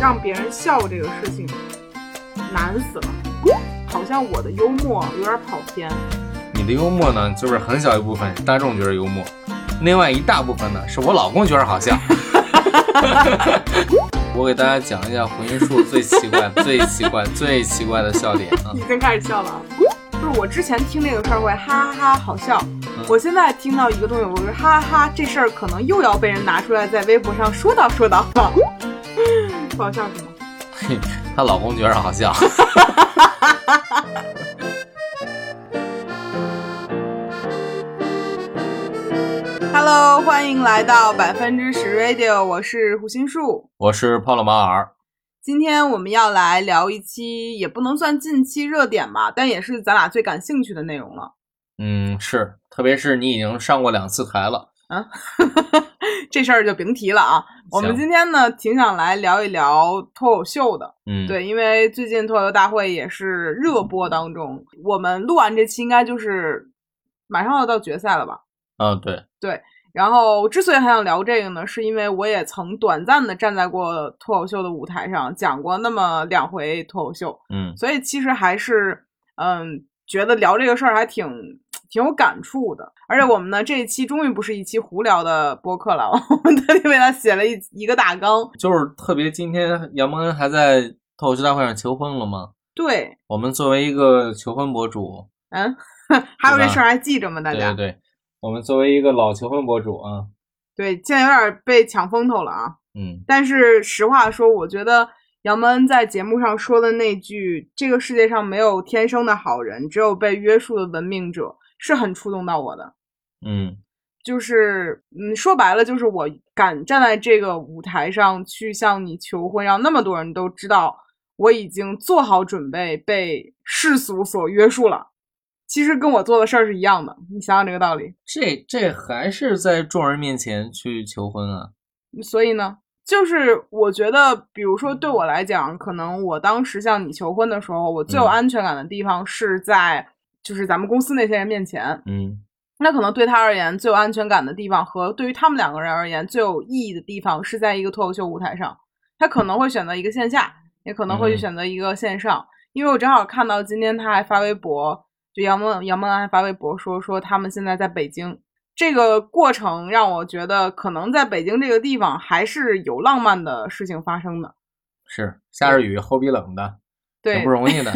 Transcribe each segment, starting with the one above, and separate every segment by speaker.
Speaker 1: 让别人笑这个事情难死了，好像我的幽默有点跑偏。
Speaker 2: 你的幽默呢，就是很小一部分大众觉得幽默，另外一大部分呢是我老公觉得好笑。我给大家讲一下回音树最奇怪、最奇怪、最奇怪的笑点啊！
Speaker 1: 已经开始笑了啊，就是我之前听这个事儿会哈哈哈好笑，我现在听到一个东西，我说哈哈哈，这事儿可能又要被人拿出来在微博上说道说道 了，不好笑是吗？
Speaker 2: 她老公觉得好笑。
Speaker 1: Hello，欢迎来到百分之十 Radio，我是胡心树。
Speaker 2: 我是泡了马尔，
Speaker 1: 今天我们要来聊一期，也不能算近期热点吧，但也是咱俩最感兴趣的内容了。
Speaker 2: 嗯，是，特别是你已经上过两次台了，
Speaker 1: 这事儿就甭提了啊。我们
Speaker 2: 行
Speaker 1: 今天呢，挺想来聊一聊脱口秀的。
Speaker 2: 嗯，，
Speaker 1: 对，因为最近脱口秀大会也是热播当中，我们录完这期应该就是马上要到决赛了吧？
Speaker 2: 嗯，对，
Speaker 1: 然后之所以还想聊这个呢，是因为我也曾短暂的站在过脱口秀的舞台上，讲过那么两回脱口秀，
Speaker 2: 嗯，
Speaker 1: 所以其实还是嗯，觉得聊这个事儿还挺挺有感触的。而且我们呢，这一期终于不是一期胡聊的播客了， 我们特地为他写了一一个大纲。
Speaker 2: 就是特别今天杨蒙恩还在脱口秀大会上求婚了吗？
Speaker 1: 对，
Speaker 2: 我们作为一个求婚博主，
Speaker 1: 嗯，还有
Speaker 2: 对
Speaker 1: 这
Speaker 2: 吧
Speaker 1: 事儿还记着吗？大
Speaker 2: 对
Speaker 1: 家
Speaker 2: 对对，我们作为一个老求婚博主啊，
Speaker 1: 对，现在有点被抢风头了啊。
Speaker 2: 嗯，
Speaker 1: 但是实话说，我觉得杨蒙恩在节目上说的那句“这个世界上没有天生的好人，只有被约束的文明者”，是很触动到我的。
Speaker 2: 嗯，
Speaker 1: 就是，嗯，说白了，就是我敢站在这个舞台上去向你求婚，让那么多人都知道我已经做好准备被世俗所约束了。其实跟我做的事儿是一样的，你想想这个道理。
Speaker 2: 这这还是在众人面前去求婚啊，
Speaker 1: 所以呢，就是我觉得，比如说对我来讲，可能我当时向你求婚的时候，我最有
Speaker 2: 嗯
Speaker 1: 安全感的地方是在就是咱们公司那些人面前。
Speaker 2: 嗯
Speaker 1: 那可能对他而言最有安全感的地方，和对于他们两个人而言最有意义的地方，是在一个脱口秀舞台上。他可能会选择一个线下，也可能会
Speaker 2: 嗯
Speaker 1: 选择一个线上。因为我正好看到今天他还发微博，就杨梦杨梦安还发微博说说他们现在在北京。这个过程让我觉得，可能在北京这个地方还是有浪漫的事情发生的。
Speaker 2: 是下着雨后鼻冷的，挺
Speaker 1: 对
Speaker 2: 不，容易的，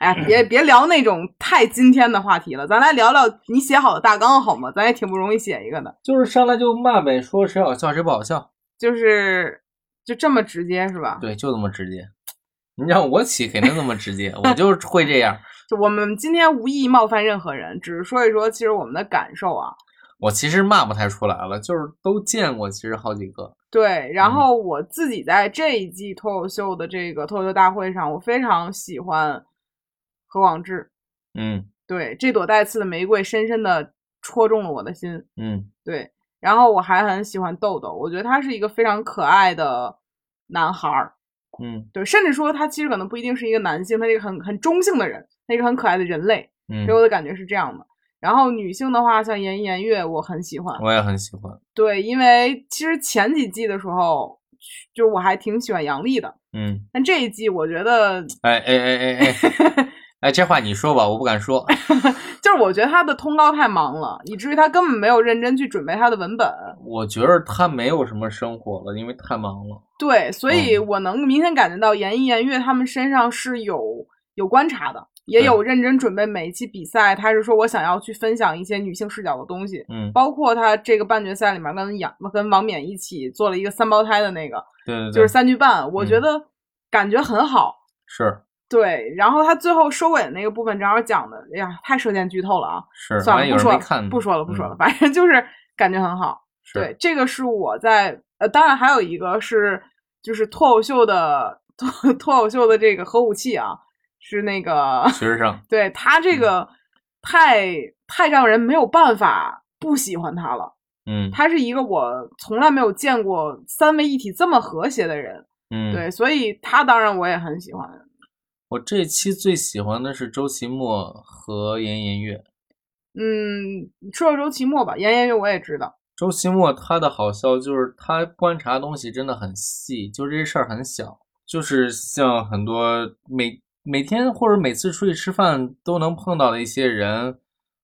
Speaker 1: 哎，别别聊那种太今天的话题了，咱来聊聊你写好的大纲好吗？咱也挺不容易写一个的。
Speaker 2: 就是上来就骂呗，说谁好笑谁不好笑，
Speaker 1: 就是就这么直接是吧？
Speaker 2: 对，就这么直接。你让我起肯定这么直接，我就是会这样。
Speaker 1: 就我们今天无意冒犯任何人，只是说一说其实我们的感受啊。
Speaker 2: 我其实骂不太出来了，就是都见过，其实好几个。
Speaker 1: 对，然
Speaker 2: 嗯
Speaker 1: 后我自己在这一季脱口秀的这个脱口秀大会上，我非常喜欢何广智。
Speaker 2: 嗯
Speaker 1: 对，这朵带刺的玫瑰深深的戳中了我的心。
Speaker 2: 嗯
Speaker 1: 对，然后我还很喜欢豆豆，我觉得他是一个非常可爱的男孩儿。
Speaker 2: 嗯
Speaker 1: 对，甚至说他其实可能不一定是一个男性，他是一个很很中性的人，他是一个很可爱的人类。
Speaker 2: 嗯
Speaker 1: 给，我的感觉是这样的。然后女性的话，像颜颜悦，我很喜欢。
Speaker 2: 我也很喜欢。
Speaker 1: 对，因为其实前几季的时候，就我还挺喜欢杨笠的，
Speaker 2: 嗯，
Speaker 1: 但这一季我觉得，
Speaker 2: 哎哎哎哎哎，哎，这话你说吧，我不敢说。
Speaker 1: 就是我觉得她的通告太忙了，以至于她根本没有认真去准备她的文本。
Speaker 2: 我觉得他没有什么生活了，因为太忙了。
Speaker 1: 对，所以
Speaker 2: 嗯
Speaker 1: 我能明显感觉到颜一颜悦他们身上是有有观察的，也有认真准备每一期比赛。他是说我想要去分享一些女性视角的东西，
Speaker 2: 嗯，
Speaker 1: 包括他这个半决赛里面跟杨跟王冕一起做了一个三胞胎的那个，
Speaker 2: 对对对，
Speaker 1: 就是三句半，我觉
Speaker 2: 嗯
Speaker 1: 得感觉很好。
Speaker 2: 是
Speaker 1: 对，然后他最后收尾的那个部分，正好讲的，哎呀，太射箭剧透了啊！
Speaker 2: 是，
Speaker 1: 算
Speaker 2: 万一
Speaker 1: 了，
Speaker 2: 有
Speaker 1: 不说
Speaker 2: 人没
Speaker 1: 了
Speaker 2: 看，，
Speaker 1: 不说了，不说
Speaker 2: 嗯
Speaker 1: 了，反正就是感觉很好。
Speaker 2: 是
Speaker 1: 对，这个是我在呃，当然还有一个是就是脱口秀的脱脱口秀的这个核武器啊，是那个
Speaker 2: 学生上，
Speaker 1: 对他
Speaker 2: 嗯
Speaker 1: 这个太太让人没有办法不喜欢他了。
Speaker 2: 嗯
Speaker 1: 他是一个我从来没有见过三位一体这么和谐的人，
Speaker 2: 嗯，
Speaker 1: 对，所以他当然我也很喜欢。
Speaker 2: 我这期最喜欢的是周奇墨和颜颜悦，
Speaker 1: 嗯，说说周奇墨吧，颜颜悦我也知道，
Speaker 2: 周奇墨他的好笑就是他观察东西真的很细，就这些事儿很小，就是像很多每每天或者每次出去吃饭都能碰到的一些人，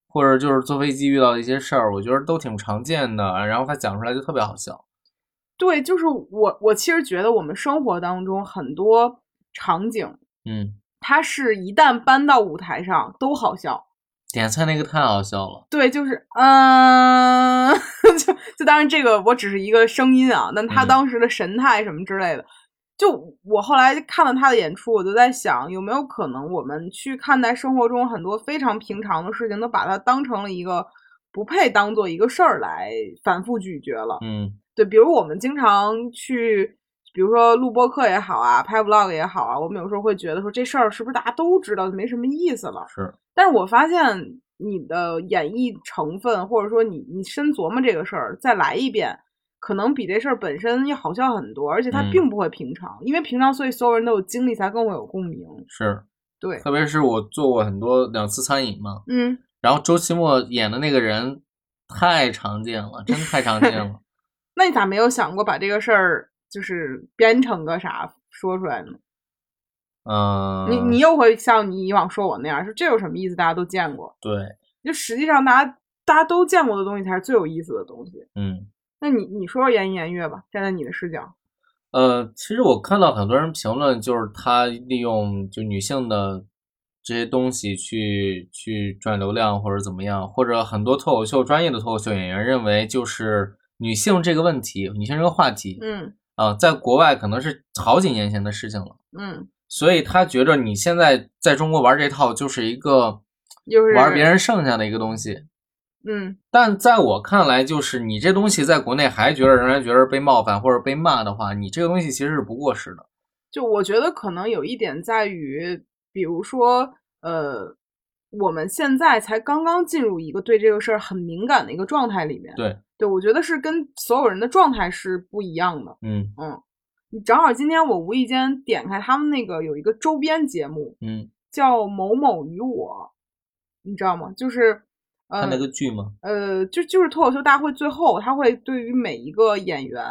Speaker 2: 或者就是坐飞机遇到的一些事儿，我觉得都挺常见的。然后他讲出来就特别好笑。
Speaker 1: 对，就是我，我其实觉得我们生活当中很多场景，
Speaker 2: 嗯，
Speaker 1: 它是一旦搬到舞台上都好笑。
Speaker 2: 点菜那个太好笑了，
Speaker 1: 对，就是嗯， 就就当然这个我只是一个声音啊，但他
Speaker 2: 嗯
Speaker 1: 当时的神态什么之类的，就我后来看了他的演出，我就在想，有没有可能我们去看待生活中很多非常平常的事情，都把它当成了一个不配当做一个事儿来反复咀嚼了。
Speaker 2: 嗯
Speaker 1: 对，比如我们经常去，比如说录播课也好啊，拍 vlog 也好啊，我们有时候会觉得说这事儿是不是大家都知道，就没什么意思了。
Speaker 2: 是，
Speaker 1: 但是我发现你的演绎成分，或者说你你深琢磨这个事儿，再来一遍，可能比这事儿本身要好笑很多，而且它
Speaker 2: 嗯
Speaker 1: 并不会平常，因为平常所以所有人都有经历，才更会有共鸣。
Speaker 2: 是，
Speaker 1: 对，
Speaker 2: 特别是我做过很多两次餐饮嘛，
Speaker 1: 嗯，
Speaker 2: 然后周奇墨演的那个人太常见了，真太常见 了。
Speaker 1: 那你咋没有想过把这个事儿就是编成个啥说出来呢？
Speaker 2: 嗯，
Speaker 1: 你你又会像你以往说我那样说这有什么意思？大家都见过，
Speaker 2: 对，
Speaker 1: 就实际上大家大家都见过的东西才是最有意思的东西。
Speaker 2: 嗯。
Speaker 1: 那你你说说言言乐吧，站在你的视角，
Speaker 2: 呃，其实我看到很多人评论，就是他利用就女性的这些东西去去赚流量或者怎么样，或者很多脱口秀专业的脱口秀演员认为，就是女性这个问题，女性这个话题
Speaker 1: 嗯
Speaker 2: 啊、在国外可能是好几年前的事情了，
Speaker 1: 嗯，
Speaker 2: 所以他觉着你现在在中国玩这套就是一个
Speaker 1: 就是
Speaker 2: 玩别，人剩下的一个东西。
Speaker 1: 嗯
Speaker 2: 但在我看来，就是你这东西在国内还觉得仍然觉得被冒犯或者被骂的话，你这个东西其实是不过时的。
Speaker 1: 就我觉得可能有一点在于，比如说呃，我们现在才刚刚进入一个对这个事儿很敏感的一个状态里面，
Speaker 2: 对，
Speaker 1: 对我觉得是跟所有人的状态是不一样的。
Speaker 2: 嗯
Speaker 1: 你正好今天我无意间点开他们那个有一个周边节目
Speaker 2: 嗯。
Speaker 1: 叫某某与我，你知道吗？就是呃
Speaker 2: 看那个剧吗？
Speaker 1: 呃，就就是脱口秀大会最后，他会对于每一个演员，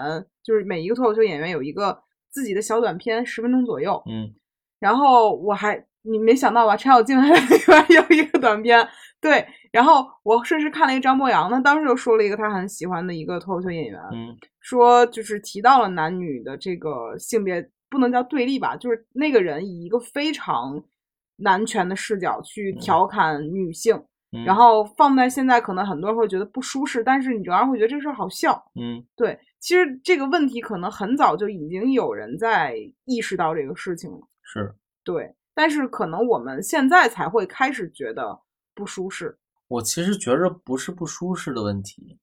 Speaker 1: 就是每一个脱口秀演员有一个自己的小短片，十分钟左右。
Speaker 2: 嗯，
Speaker 1: 然后我还你没想到吧，陈小静 还在里边有一个短片，对。然后我顺势看了一个张博洋，他当时就说了一个他很喜欢的一个脱口秀演员，
Speaker 2: 嗯
Speaker 1: 说就是提到了男女的这个性别不能叫对立吧，就是那个人以一个非常男权的视角去
Speaker 2: 嗯
Speaker 1: 调侃女性。
Speaker 2: 嗯
Speaker 1: 然后放在现在，可能很多人会觉得不舒适，但是你仍然会觉得这事儿好笑。
Speaker 2: 嗯
Speaker 1: 对，其实这个问题可能很早就已经有人在意识到这个事情了，
Speaker 2: 是
Speaker 1: 对，但是可能我们现在才会开始觉得不舒适。
Speaker 2: 我其实觉着不是不舒适的问题，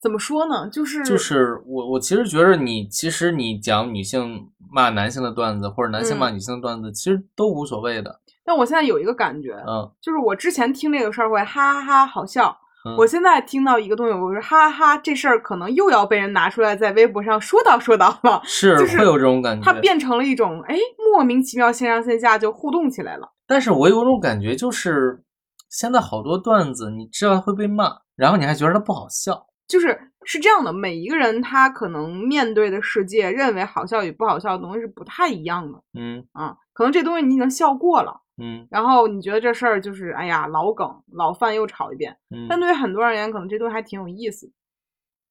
Speaker 1: 怎么说呢？就是
Speaker 2: 就是我我其实觉着你其实你讲女性骂男性的段子或者男性骂
Speaker 1: 嗯
Speaker 2: 女性的段子，其实都无所谓的。
Speaker 1: 但我现在有一个感觉，
Speaker 2: 嗯
Speaker 1: 就是我之前听这个事儿会哈哈哈好笑，
Speaker 2: 嗯
Speaker 1: 我现在听到一个东西，我说哈哈哈，这事儿可能又要被人拿出来在微博上说道说道了。
Speaker 2: 是
Speaker 1: 就是
Speaker 2: 会有这种感觉，
Speaker 1: 它变成了一种哎莫名其妙线上线下就互动起来了。
Speaker 2: 但是我有种感觉就是现在好多段子，你知道会被骂，然后你还觉得它不好笑。
Speaker 1: 就是是这样的，每一个人他可能面对的世界，认为好笑与不好笑的东西是不太一样的
Speaker 2: 嗯
Speaker 1: 啊。可能这东西你已经笑过了，
Speaker 2: 嗯
Speaker 1: 然后你觉得这事儿就是哎呀老梗老饭又炒一遍，
Speaker 2: 嗯
Speaker 1: 但对于很多人而言，可能这东西还挺有意思。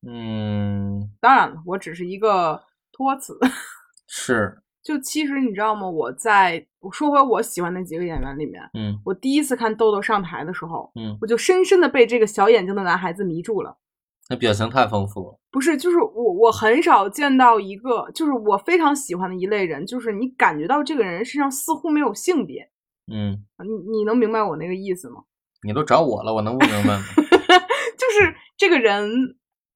Speaker 2: 嗯
Speaker 1: 当然了，我只是一个托词。
Speaker 2: 是
Speaker 1: 就其实你知道吗？我在我说回我喜欢那几个演员里面，
Speaker 2: 嗯
Speaker 1: 我第一次看豆豆上台的时候，
Speaker 2: 嗯，
Speaker 1: 我就深深的被这个小眼睛的男孩子迷住了。
Speaker 2: 那表情太丰富了。
Speaker 1: 不是，就是我我很少见到一个，就是我非常喜欢的一类人，就是你感觉到这个人身上似乎没有性别，
Speaker 2: 嗯，
Speaker 1: 你你能明白我那个意思吗？
Speaker 2: 你都找我了，我能不明白 吗？
Speaker 1: 就是这个人，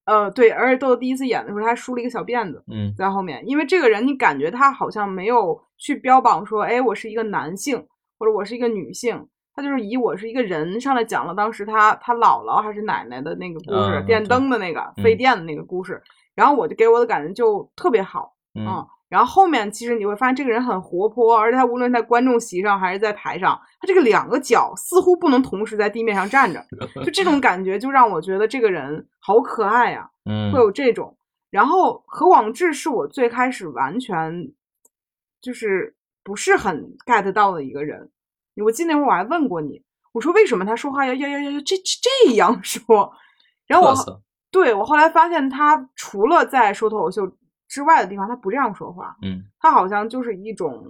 Speaker 1: 呃，对，而且豆豆第一次演的时候，他还梳了一个小辫子
Speaker 2: 嗯
Speaker 1: 在后面，因为这个人你感觉他好像没有去标榜说，哎，我是一个男性或者我是一个女性。他就是以我是一个人上来讲了当时他他姥姥还是奶奶的那个故事，
Speaker 2: 嗯
Speaker 1: 电
Speaker 2: 对
Speaker 1: 灯的那个
Speaker 2: 嗯
Speaker 1: 费电的那个故事，然后我就给我的感觉就特别好，
Speaker 2: 嗯
Speaker 1: 嗯，然后后面其实你会发现这个人很活泼，而且他无论在观众席上还是在台上，他这个两个脚似乎不能同时在地面上站着，就这种感觉就让我觉得这个人好可爱呀、啊
Speaker 2: 嗯
Speaker 1: 会有这种。然后和往志是我最开始完全就是不是很 get 到的一个人。我记得那会儿我还问过你，我说为什么他说话要要要要这这这样说？然后我
Speaker 2: 特色，
Speaker 1: 对我后来发现，他除了在说脱口秀之外的地方，他不这样说话，
Speaker 2: 嗯
Speaker 1: 他好像就是一种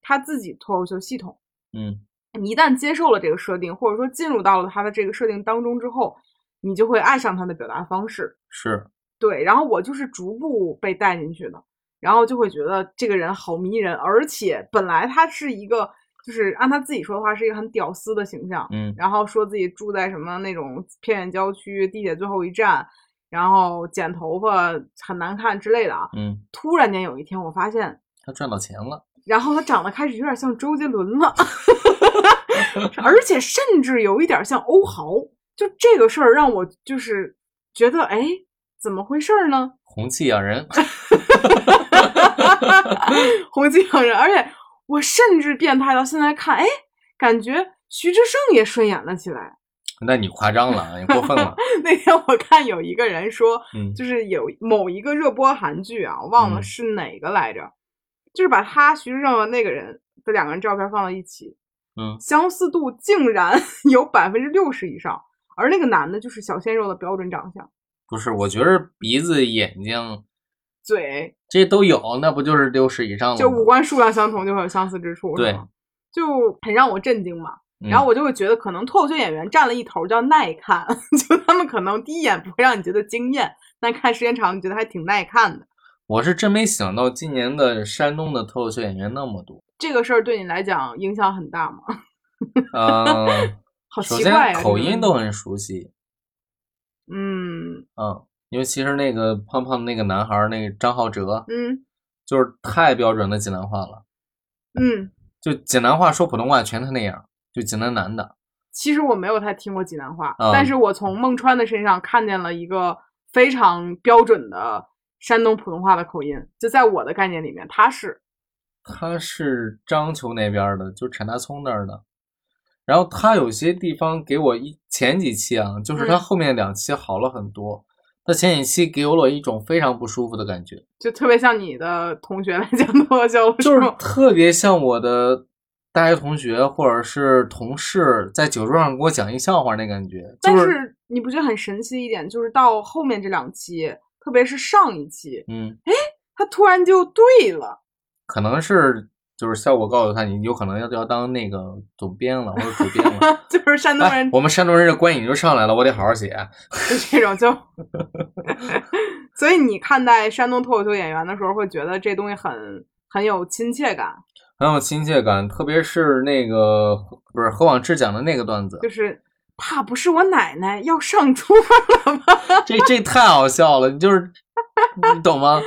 Speaker 1: 他自己脱口秀系统。
Speaker 2: 嗯
Speaker 1: 你一旦接受了这个设定，或者说进入到了他的这个设定当中之后，你就会爱上他的表达方式。
Speaker 2: 是，
Speaker 1: 对，然后我就是逐步被带进去的，然后就会觉得这个人好迷人，而且本来他是一个，就是按他自己说的话，是一个很屌丝的形象，
Speaker 2: 嗯
Speaker 1: 然后说自己住在什么那种偏远郊区，地铁最后一站，然后剪头发很难看之类的啊。
Speaker 2: 嗯，
Speaker 1: 突然间有一天，我发现，
Speaker 2: 他赚到钱了，
Speaker 1: 然后他长得开始有点像周杰伦了，而且甚至有一点像欧豪。就这个事儿让我就是觉得，哎，怎么回事儿呢？
Speaker 2: 红气养人，
Speaker 1: 红旗养人，而且我甚至变态到现在看，哎，感觉徐志胜也顺眼了起来。
Speaker 2: 那你夸张了，啊你过分 了，
Speaker 1: 那天我看有一个人说，
Speaker 2: 嗯
Speaker 1: 就是有某一个热播韩剧啊，我忘了
Speaker 2: 嗯
Speaker 1: 是哪个来着，就是把他徐志胜和那个人的两个人照片放到一起，
Speaker 2: 嗯
Speaker 1: 相似度竟然 有百分之六十以上，而那个男的就是小鲜肉的标准长相，
Speaker 2: 不是，我觉得鼻子、眼睛
Speaker 1: 嘴
Speaker 2: 这都有，那不就是六十以上了吗？
Speaker 1: 就五官数量相同就会有相似之处，是
Speaker 2: 对嗯
Speaker 1: 吗，就很让我震惊嘛。然后
Speaker 2: 我
Speaker 1: 我就会觉得，可能脱口秀演员占了一头叫耐看， 就他们可能第一眼不会让你觉得惊艳，但看时间长，你觉得还挺耐看的。
Speaker 2: 我是真没想到今年的山东的脱口秀演员那么多，
Speaker 1: 这个事儿对你来讲影响很大吗？
Speaker 2: 嗯，
Speaker 1: 好
Speaker 2: 首
Speaker 1: 奇怪
Speaker 2: 先
Speaker 1: 啊！
Speaker 2: 口
Speaker 1: 这个
Speaker 2: 音都很熟悉，
Speaker 1: 嗯
Speaker 2: 嗯，尤其是那个胖胖的那个男孩儿，那个张浩哲，
Speaker 1: 嗯
Speaker 2: 就是太标准的济南话了，
Speaker 1: 嗯。
Speaker 2: 就济南话说普通话全他那样，就济南男的，
Speaker 1: 其实我没有太听过济南话，
Speaker 2: 嗯
Speaker 1: 但是我从孟川的身上看见了一个非常标准的山东普通话的口音，就在我的概念里面，他是
Speaker 2: 他是章丘那边儿的，就产大葱那儿的。然后他有些地方给我一前几期啊，就是他
Speaker 1: 嗯
Speaker 2: 后面两期好了很多，他前几期给我了一种非常不舒服的感觉，
Speaker 1: 就特别像你的同学来讲脱口秀，
Speaker 2: 就是
Speaker 1: 吗
Speaker 2: 特别像我的大学同学或者是同事在酒桌上给我讲一笑话那感觉，
Speaker 1: 但
Speaker 2: 就是
Speaker 1: 你不觉得很神奇的一点，就是到后面这两期，特别是上一期，
Speaker 2: 嗯，
Speaker 1: 他突然就对 了，
Speaker 2: 可能是就是效果告诉他你有可能要要当那个总编了或者主编 了。
Speaker 1: 就是山东
Speaker 2: 哎
Speaker 1: 人，
Speaker 2: 我们山东人的观影就上来了，我得好好写。
Speaker 1: 就这种就，所以你看待山东脱口秀演员的时候，会觉得这东西很很有亲切感，
Speaker 2: 很有亲切感，特别是那个不是何广智讲的那个 段子，
Speaker 1: 就是怕不是我奶奶要上桌 了吧？
Speaker 2: 这这太好笑了，你就是你懂吗？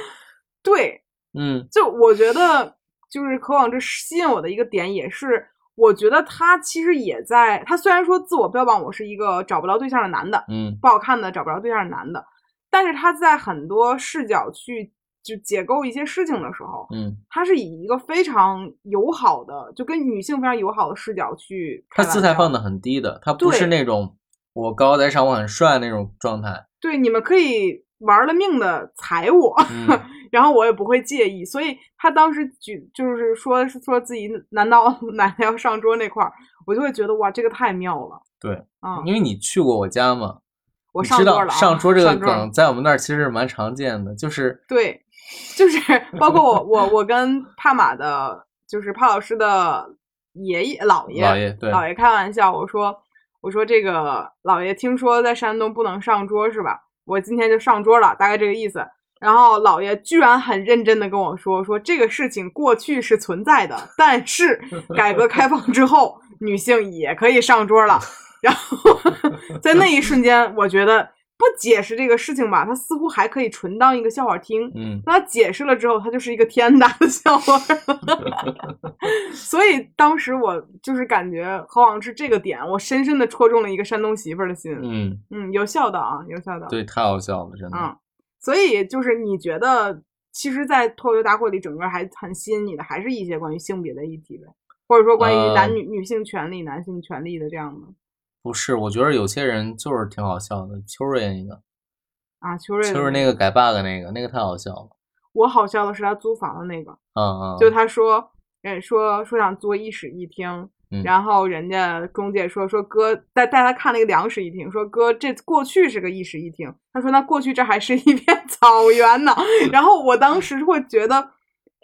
Speaker 1: 对，
Speaker 2: 嗯
Speaker 1: 就我觉得就是何广智吸引我的一个点，也是我觉得他其实也在，他虽然说自我标榜我是一个找不着对象的男的。
Speaker 2: 嗯
Speaker 1: 不好看的、找不着对象的男的，但是他在很多视角去就解构一些事情的时候，
Speaker 2: 嗯，
Speaker 1: 他是以一个非常友好的，就跟女性非常友好的视角去开
Speaker 2: 他
Speaker 1: 玩
Speaker 2: 姿态
Speaker 1: 笑
Speaker 2: 放的很低的，他不
Speaker 1: 对
Speaker 2: 是那种我高高在上，我很帅那种状态。
Speaker 1: 对，你们可以玩了命的踩我，
Speaker 2: 嗯
Speaker 1: 然后我也不会介意。所以他当时举就是说是说自己难道 奶奶要上桌那块儿，我就会觉得哇，这个太妙了。
Speaker 2: 对，
Speaker 1: 啊、
Speaker 2: 因为你去过我家嘛，
Speaker 1: 我
Speaker 2: 你
Speaker 1: 上
Speaker 2: 知
Speaker 1: 桌
Speaker 2: 道
Speaker 1: 了啊、
Speaker 2: 上桌这个
Speaker 1: 了
Speaker 2: 梗在我们那儿其实是蛮常见的，就是
Speaker 1: 对，就是包括我我我跟帕马的，就是帕老师的爷爷姥爷
Speaker 2: 老爷对，
Speaker 1: 姥爷开玩笑，我说我说这个姥爷听说在山东不能上桌是吧？我今天就上桌了，大概这个意思。然后姥爷居然很认真的跟我说，说这个事情过去是存在的，但是改革开放之后，女性也可以上桌了。然后在那一瞬间，我觉得不解释这个事情吧，它似乎还可以纯当一个笑话听，
Speaker 2: 嗯
Speaker 1: 那他解释了之后，他就是一个天大的笑话儿。 所以当时我就是感觉何广智这个点，我深深的戳中了一个山东媳妇儿的心。
Speaker 2: 嗯，
Speaker 1: 嗯，有孝道啊，有孝道。，
Speaker 2: 对，太好笑了，真的。
Speaker 1: 嗯，所以就是你觉得，其实，在脱口秀大会里，整个还很吸引你的，还是一些关于性别的议题呗，或者说关于
Speaker 2: 呃
Speaker 1: 男女、女性权利、男性权利的这样的。
Speaker 2: 不是，我觉得有些人就是挺好笑的。秋儿演一个，
Speaker 1: 啊，秋瑞的
Speaker 2: 就是那个改 bug 那个，那个太好笑了。
Speaker 1: 我好笑的是他租房的那个，
Speaker 2: 嗯嗯，
Speaker 1: 就他说，呃，说说想租一室一厅，
Speaker 2: 嗯
Speaker 1: 然后人家中介说说哥带带他看那个两室一厅，说哥这过去是个一室一厅，他说那过去这还是一片 草原呢。然后我
Speaker 2: 嗯
Speaker 1: 当时会觉得，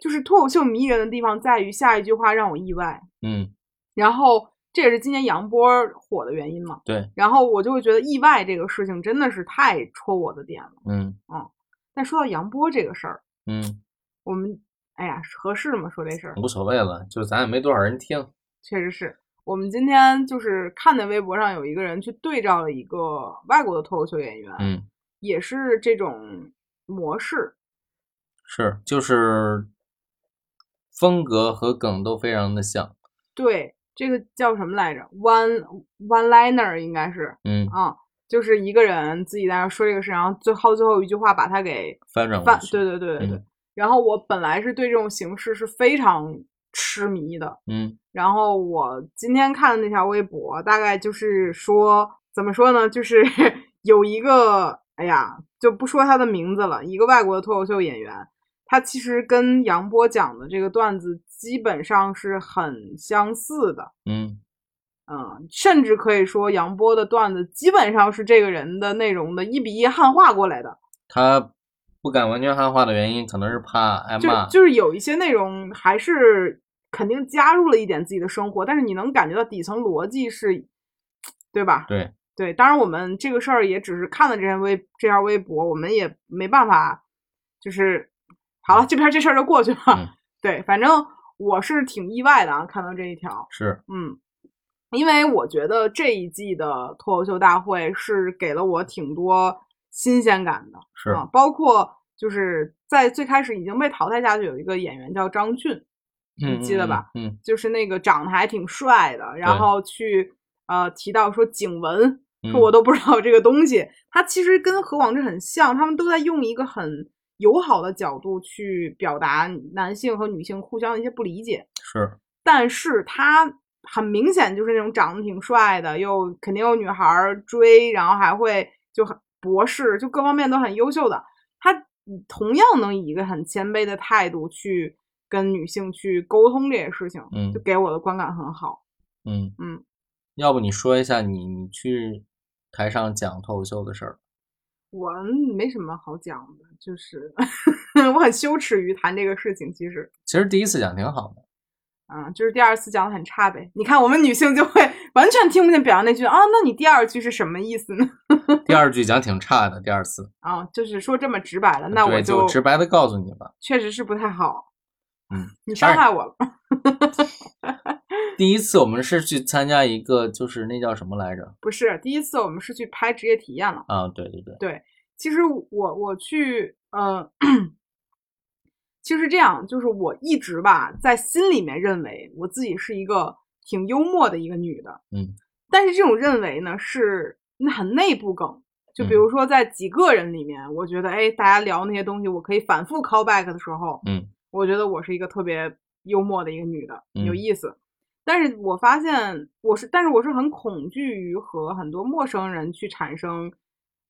Speaker 1: 就是脱口秀迷人的地方在于下一句话让我意外，
Speaker 2: 嗯
Speaker 1: 然后这也是今年杨波火的原因嘛。
Speaker 2: 对，
Speaker 1: 然后我就会觉得意外这个事情真的是太戳我的点了。
Speaker 2: 嗯
Speaker 1: 但说到杨波这个事儿，
Speaker 2: 嗯，
Speaker 1: 我们哎呀合适吗？说这事儿，
Speaker 2: 无所谓了，就咱也没多少人听。
Speaker 1: 确实是我们今天就是看的微博上有一个人去对照了一个外国的脱口秀演员，
Speaker 2: 嗯，
Speaker 1: 也是这种模式，
Speaker 2: 是，就是风格和梗都非常的像。
Speaker 1: 对，这个叫什么来着？one one liner 应该是
Speaker 2: 嗯，
Speaker 1: 啊。就是一个人自己在那儿说这个事，然后最后最后一句话把他给
Speaker 2: 翻转
Speaker 1: 翻
Speaker 2: 过，去。
Speaker 1: 对对对对对。
Speaker 2: 嗯
Speaker 1: 然后我本来是对这种形式是非常痴迷的，
Speaker 2: 嗯
Speaker 1: 然后我今天看的那条微博，大概就是说，怎么说呢？就是 有一个，哎呀，就不说他的名字了，一个外国的脱口秀演员，他其实跟杨波讲的这个段子基本上是很相似的，
Speaker 2: 嗯
Speaker 1: 嗯，甚至可以说杨波的段子基本上是这个人的内容的一比一汉化过来的，
Speaker 2: 他不敢完全汉化的原因，可能是怕挨
Speaker 1: 就
Speaker 2: 骂。
Speaker 1: 就是有一些内容还是肯定加入了一点自己的生活，但是你能感觉到底层逻辑是，对吧？
Speaker 2: 对，
Speaker 1: 对，当然我们这个事儿也只是看了这篇微这条微博，我们也没办法，就是好了，这边这事儿就过去了。
Speaker 2: 嗯
Speaker 1: 对，反正我是挺意外的啊，看到这一条，
Speaker 2: 是，
Speaker 1: 嗯，因为我觉得这一季的脱口秀大会是给了我挺多新鲜感的。
Speaker 2: 是，
Speaker 1: 啊，包括就是在最开始已经被淘汰下去有一个演员叫张俊，
Speaker 2: 嗯，
Speaker 1: 记得吧
Speaker 2: 嗯？
Speaker 1: 就是那个长得还挺帅的，然
Speaker 2: 对
Speaker 1: 后去呃提到说景文，
Speaker 2: 嗯，
Speaker 1: 说我都不知道这个东西，他其实跟何广智很像，他们都在用一个很友好的角度去表达男性和女性互相的一些不理解，
Speaker 2: 是，
Speaker 1: 但是他。很明显就是那种长得挺帅的，又肯定有女孩儿追，然后还会就很博士，就各方面都很优秀的。他以同样能以一个很谦卑的态度去跟女性去沟通这些事情，
Speaker 2: 嗯
Speaker 1: 就给我的观感很好。
Speaker 2: 嗯
Speaker 1: 嗯，
Speaker 2: 要不你说一下你你去台上讲脱口秀的事儿？
Speaker 1: 我没什么好讲的，就是 我很羞耻于谈这个事情，其实。
Speaker 2: 其实第一次讲挺好的，
Speaker 1: 嗯，就是第二次讲的很差呗。你看，我们女性就会完全听不见表扬那句啊，那你第二句是什么意思呢？
Speaker 2: 第二句讲挺差的，第二次，
Speaker 1: 啊，就是说这么直白了， 那
Speaker 2: 对
Speaker 1: 我
Speaker 2: 就直白的告诉你吧。
Speaker 1: 确实是不太好。
Speaker 2: 嗯，
Speaker 1: 你伤
Speaker 2: 当然
Speaker 1: 害我了。
Speaker 2: 第一次我们是去参加一个，就是那叫什么来着？
Speaker 1: 不是第一次，我们是去拍职业体验了。
Speaker 2: 啊，对对对，
Speaker 1: 其实我我去呃， 其实这样就是我一直吧，在心里面认为我自己是一个挺幽默的一个女的，
Speaker 2: 嗯，
Speaker 1: 但是这种认为呢是那很内部梗。就比
Speaker 2: 嗯
Speaker 1: 如说，在几个人里面，我觉得，哎，大家聊那些东西，我可以反复 call back 的时候，
Speaker 2: 嗯，
Speaker 1: 我觉得我是一个特别幽默的一个女的，有
Speaker 2: 嗯
Speaker 1: 意思。但是我发现我是，但是我是很恐惧于和很多陌生人去产生，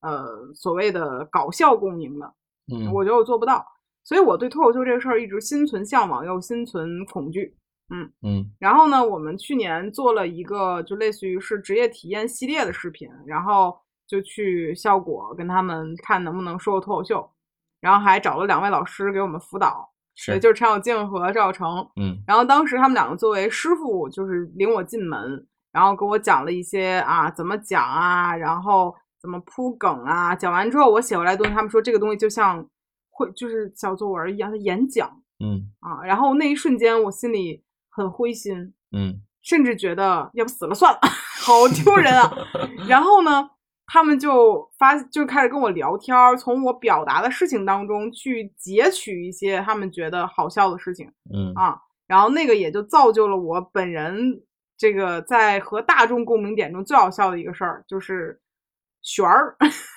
Speaker 1: 呃，所谓的搞笑共鸣的，
Speaker 2: 嗯，
Speaker 1: 我觉得我做不到。所以我对脱口秀这个事儿一直心存向往，又心存恐惧。
Speaker 2: 嗯
Speaker 1: 然后呢，我们去年做了一个就类似于是职业体验系列的视频，然后就去效果跟他们看能不能说脱口秀，然后还找了两位老师给我们辅导，
Speaker 2: 是
Speaker 1: 也，就是陈小静和赵小成。
Speaker 2: 嗯
Speaker 1: 然后当时他们两个作为师傅，就是领我进门，然后给我讲了一些啊怎么讲啊，然后怎么铺梗啊。讲完之后，我写回来的东西，他们说这个东西就像会就是小作文一样，他演讲
Speaker 2: 嗯
Speaker 1: 啊。然后那一瞬间，我心里很灰心，
Speaker 2: 嗯
Speaker 1: 甚至觉得要不死了算了，好丢人啊。然后呢，他们就发就开始跟我聊天儿，从我表达的事情当中去截取一些他们觉得好笑的事情。
Speaker 2: 嗯
Speaker 1: 啊，然后那个也就造就了我本人这个在和大众共鸣点中最好笑的一个事儿，就是旋儿。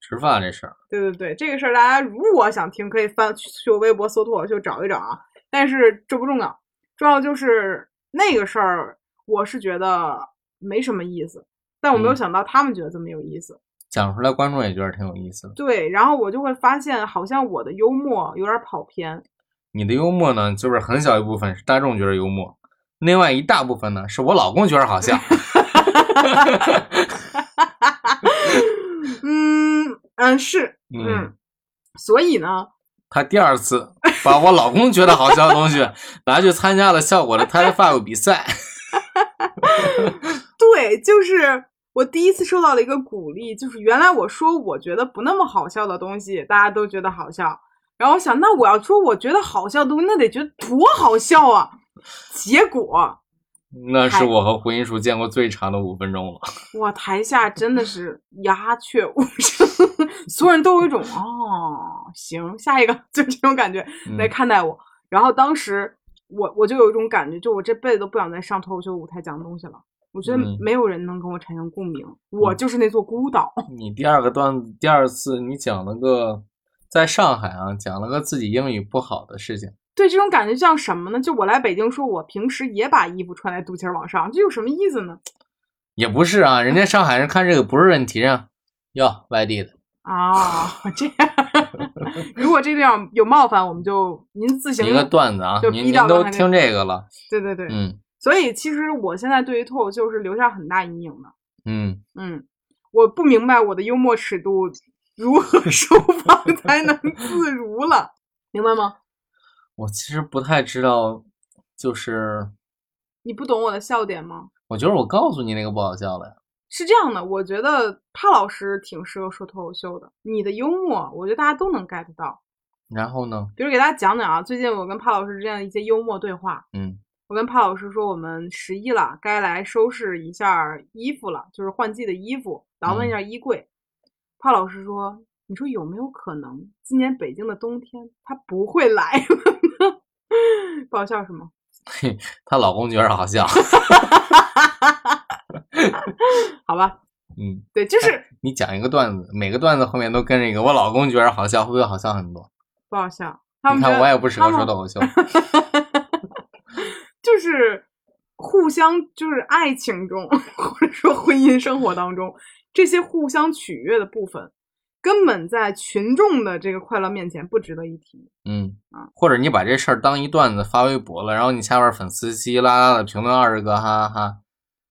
Speaker 2: 吃饭这事儿，
Speaker 1: 对对对，这个事儿大家如果想听，可以翻去去我微博搜脱口秀找一找啊。但是这不重要，重要就是那个事儿，我是觉得没什么意思，但我没有
Speaker 2: 嗯
Speaker 1: 想到他们觉得这么有意思。
Speaker 2: 讲出来，观众也觉得挺有意思的。
Speaker 1: 对，然后我就会发现，好像我的幽默有点跑偏。
Speaker 2: 你的幽默呢，就是很小一部分是大众觉得幽默，另外一大部分呢是我老公觉得 好笑。
Speaker 1: 嗯嗯，是
Speaker 2: 嗯，
Speaker 1: 所以呢，
Speaker 2: 他第二次把我老公觉得好笑的东西拿去参加了效果的 t a 发 l 比赛。
Speaker 1: 对，就是我第一次受到了一个鼓励，就是原来我说我觉得不那么好笑的东西，大家都觉得好笑。然后我想，那我要说我觉得好笑的东西，那得觉得多好笑啊！结果
Speaker 2: 那是我和胡音树见过最长的五分钟了。
Speaker 1: 哇，台下真的是鸦雀无声， 所有人都有一种哦，行，下一个 就这种感觉
Speaker 2: 嗯
Speaker 1: 来看待我。然后当时我我就有一种感觉，就我这辈子都不想再上脱口秀舞台讲东西了。我觉得
Speaker 2: 嗯
Speaker 1: 没有人能跟我产生共鸣，我就是那座孤岛。
Speaker 2: 嗯你第二个段子，第二次你讲了个在上海啊，讲了个自己英语不好的事情。
Speaker 1: 对，这种感觉就像什么呢？就我来北京说，我平时也把衣服穿在肚脐儿往上，这有什么意思呢？
Speaker 2: 也不是啊，人家上海人看这个不是问题啊，哟，外地的，
Speaker 1: 啊，这样， 如果这样有冒犯，我们就您自行
Speaker 2: 一个段子啊
Speaker 1: 就，逼
Speaker 2: 您您
Speaker 1: 掉
Speaker 2: 都
Speaker 1: 了还得
Speaker 2: 听这个了，
Speaker 1: 对对对，
Speaker 2: 嗯
Speaker 1: 所以其实我现在对于脱口秀是留下很大阴影的。
Speaker 2: 嗯，
Speaker 1: 嗯，我不明白我的幽默尺度如何 收放才能自如了，明白吗？
Speaker 2: 我其实不太知道，就是
Speaker 1: 你不懂我的笑点吗？
Speaker 2: 我觉得我告诉你那个不好笑了呀，
Speaker 1: 是这样的，我觉得帕老师挺适合说脱口秀的。你的幽默，我觉得大家都能 get 到。
Speaker 2: 然后呢，
Speaker 1: 比如给大家讲讲啊，最近我跟帕老师之间的一些幽默对话。
Speaker 2: 嗯
Speaker 1: 我跟帕老师说，我们十一了，该来收拾一下儿衣服了，就是换季的衣服，倒
Speaker 2: 嗯
Speaker 1: 腾一下衣柜。帕老师说：“你说有没有可能，今年北京的冬天他不会来了呢？” 不好笑是吗？
Speaker 2: 她老公觉得好笑，
Speaker 1: 好吧，
Speaker 2: 嗯，
Speaker 1: 对，就是
Speaker 2: 你讲一个段子，每个段子后面都跟着一个我老公觉得好笑，会不会好笑很多？
Speaker 1: 不好笑。他们
Speaker 2: 你
Speaker 1: 觉
Speaker 2: 看
Speaker 1: 得
Speaker 2: 我也不适合
Speaker 1: 他们
Speaker 2: 说脱 口秀，
Speaker 1: 就是互相，就是爱情中，或者说婚姻生活当中，这些互相取悦的部分，根本在群众的这个快乐面前不值得一提。
Speaker 2: 嗯
Speaker 1: 啊，
Speaker 2: 或者你把这事儿当一段子发微博了，然后你下边粉丝稀稀拉拉的评论二十个，哈哈哈，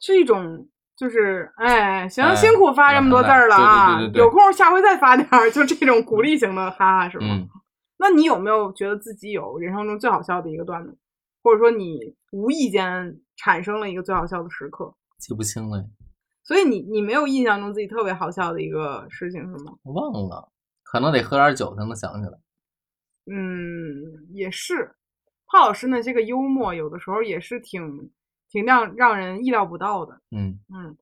Speaker 1: 是一种，就是哎，行，
Speaker 2: 哎
Speaker 1: 辛苦发这么多字儿了啊，
Speaker 2: 对对对对对
Speaker 1: 有空下回再发点儿，就这种鼓励型的，哈哈，是吗？
Speaker 2: 嗯，
Speaker 1: 那你有没有觉得自己有人生中最好笑的一个段子，或者说你无意间产生了一个最好笑的时刻？
Speaker 2: 记不清了，
Speaker 1: 所以你你没有印象中自己特别好笑的一个事情是吗？
Speaker 2: 忘了，可能得喝点酒才能想起来。
Speaker 1: 嗯，也是，帕老师呢，这个幽默有的时候也是挺挺让让人意料不到的。
Speaker 2: 嗯，
Speaker 1: 嗯，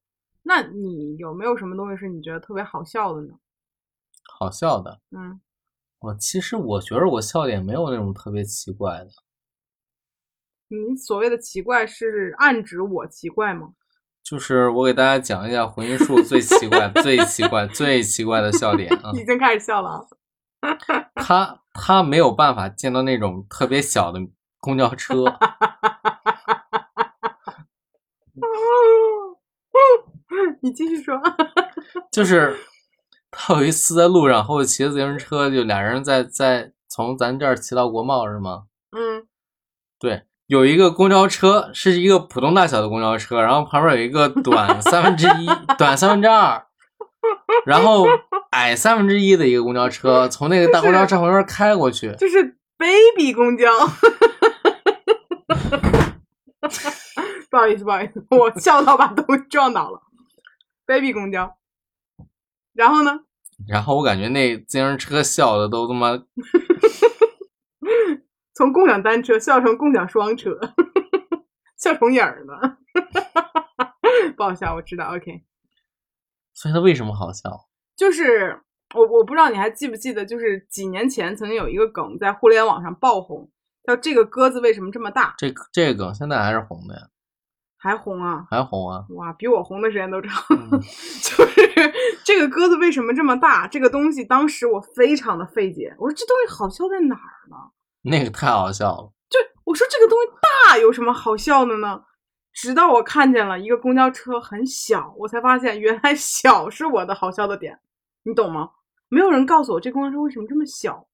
Speaker 1: 那你有没有什么东西是你觉得特别好笑的呢？
Speaker 2: 好笑的。
Speaker 1: 嗯，
Speaker 2: 我其实我觉得我笑点没有那种特别奇怪的，
Speaker 1: 你所谓的奇怪是暗指我奇怪吗？
Speaker 2: 就是我给大家讲一下回音术最奇 怪、最奇怪、最奇怪的笑点啊。
Speaker 1: 已经开始笑了啊！
Speaker 2: 他他没有办法见到那种特别小的公交车，
Speaker 1: 你继续说。
Speaker 2: 就是他有一次在路上和我骑自行车，就俩人在在从咱这儿骑到国贸是吗？
Speaker 1: 嗯，
Speaker 2: 对，有一个公交车是一个普通大小的公交车，然后旁边有一个短三分之一、短三分之二，然后矮三分之一的一个公交车从那个大公交车旁边开过去，
Speaker 1: 就是 baby 公交。 不好意思，不好意思，我笑到把东西撞倒了。baby 公交，然后呢？
Speaker 2: 然后我感觉那自行车笑的都他妈
Speaker 1: 从共享单车笑成共享双车， 笑成眼儿了， 不好笑，我知道。OK，
Speaker 2: 所以他为什么好笑？
Speaker 1: 就是我我不知道你还记不记得，就是几年前曾经有一个梗在互联网上爆红，叫“这个鸽子为什么这么大
Speaker 2: 这个这个梗现在还是红的呀，”，
Speaker 1: 还红啊！
Speaker 2: 还红啊！
Speaker 1: 哇，比我红的时间都长。
Speaker 2: 嗯
Speaker 1: 就是这个鸽子为什么这么大？这个东西当时我非常的费解，我说这东西好笑在哪儿呢？
Speaker 2: 那个太好笑了，
Speaker 1: 就我说这个东西大有什么好笑的呢？直到我看见了一个公交车很小，我才发现原来小是我的好笑的点。你懂吗？没有人告诉我这工作室为什么这么小，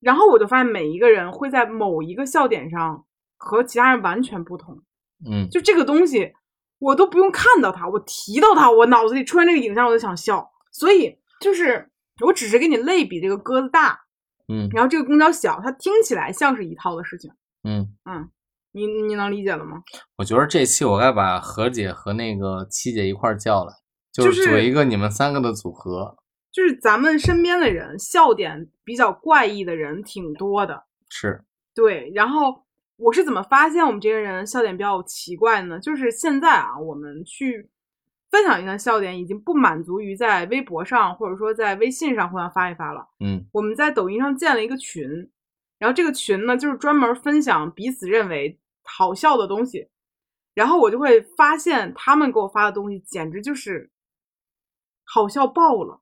Speaker 1: 然后我就发现每一个人会在某一个笑点上和其他人完全不同。
Speaker 2: 嗯，
Speaker 1: 就这个东西，我都不用看到它，我提到它，我脑子里出现这个影像，我就想笑。所以就是，我只是给你类比这个鸽子大，
Speaker 2: 嗯
Speaker 1: 然后这个公交小，它听起来像是一套的事情。
Speaker 2: 嗯，
Speaker 1: 你你能理解了吗？
Speaker 2: 我觉得这期我该把何姐和那个七姐一块儿叫来，
Speaker 1: 就是是
Speaker 2: 组一个你们三个的组合。
Speaker 1: 就是咱们身边的人，笑点比较怪异的人挺多的。
Speaker 2: 是，
Speaker 1: 对，然后我是怎么发现我们这些人笑点比较奇怪呢？就是现在啊，我们去分享一下笑点，已经不满足于在微博上或者说在微信上互相发一发了。
Speaker 2: 嗯
Speaker 1: 我们在抖音上建了一个群，然后这个群呢，就是专门分享彼此认为好笑的东西。然后我就会发现他们给我发的东西简直就是好笑爆了，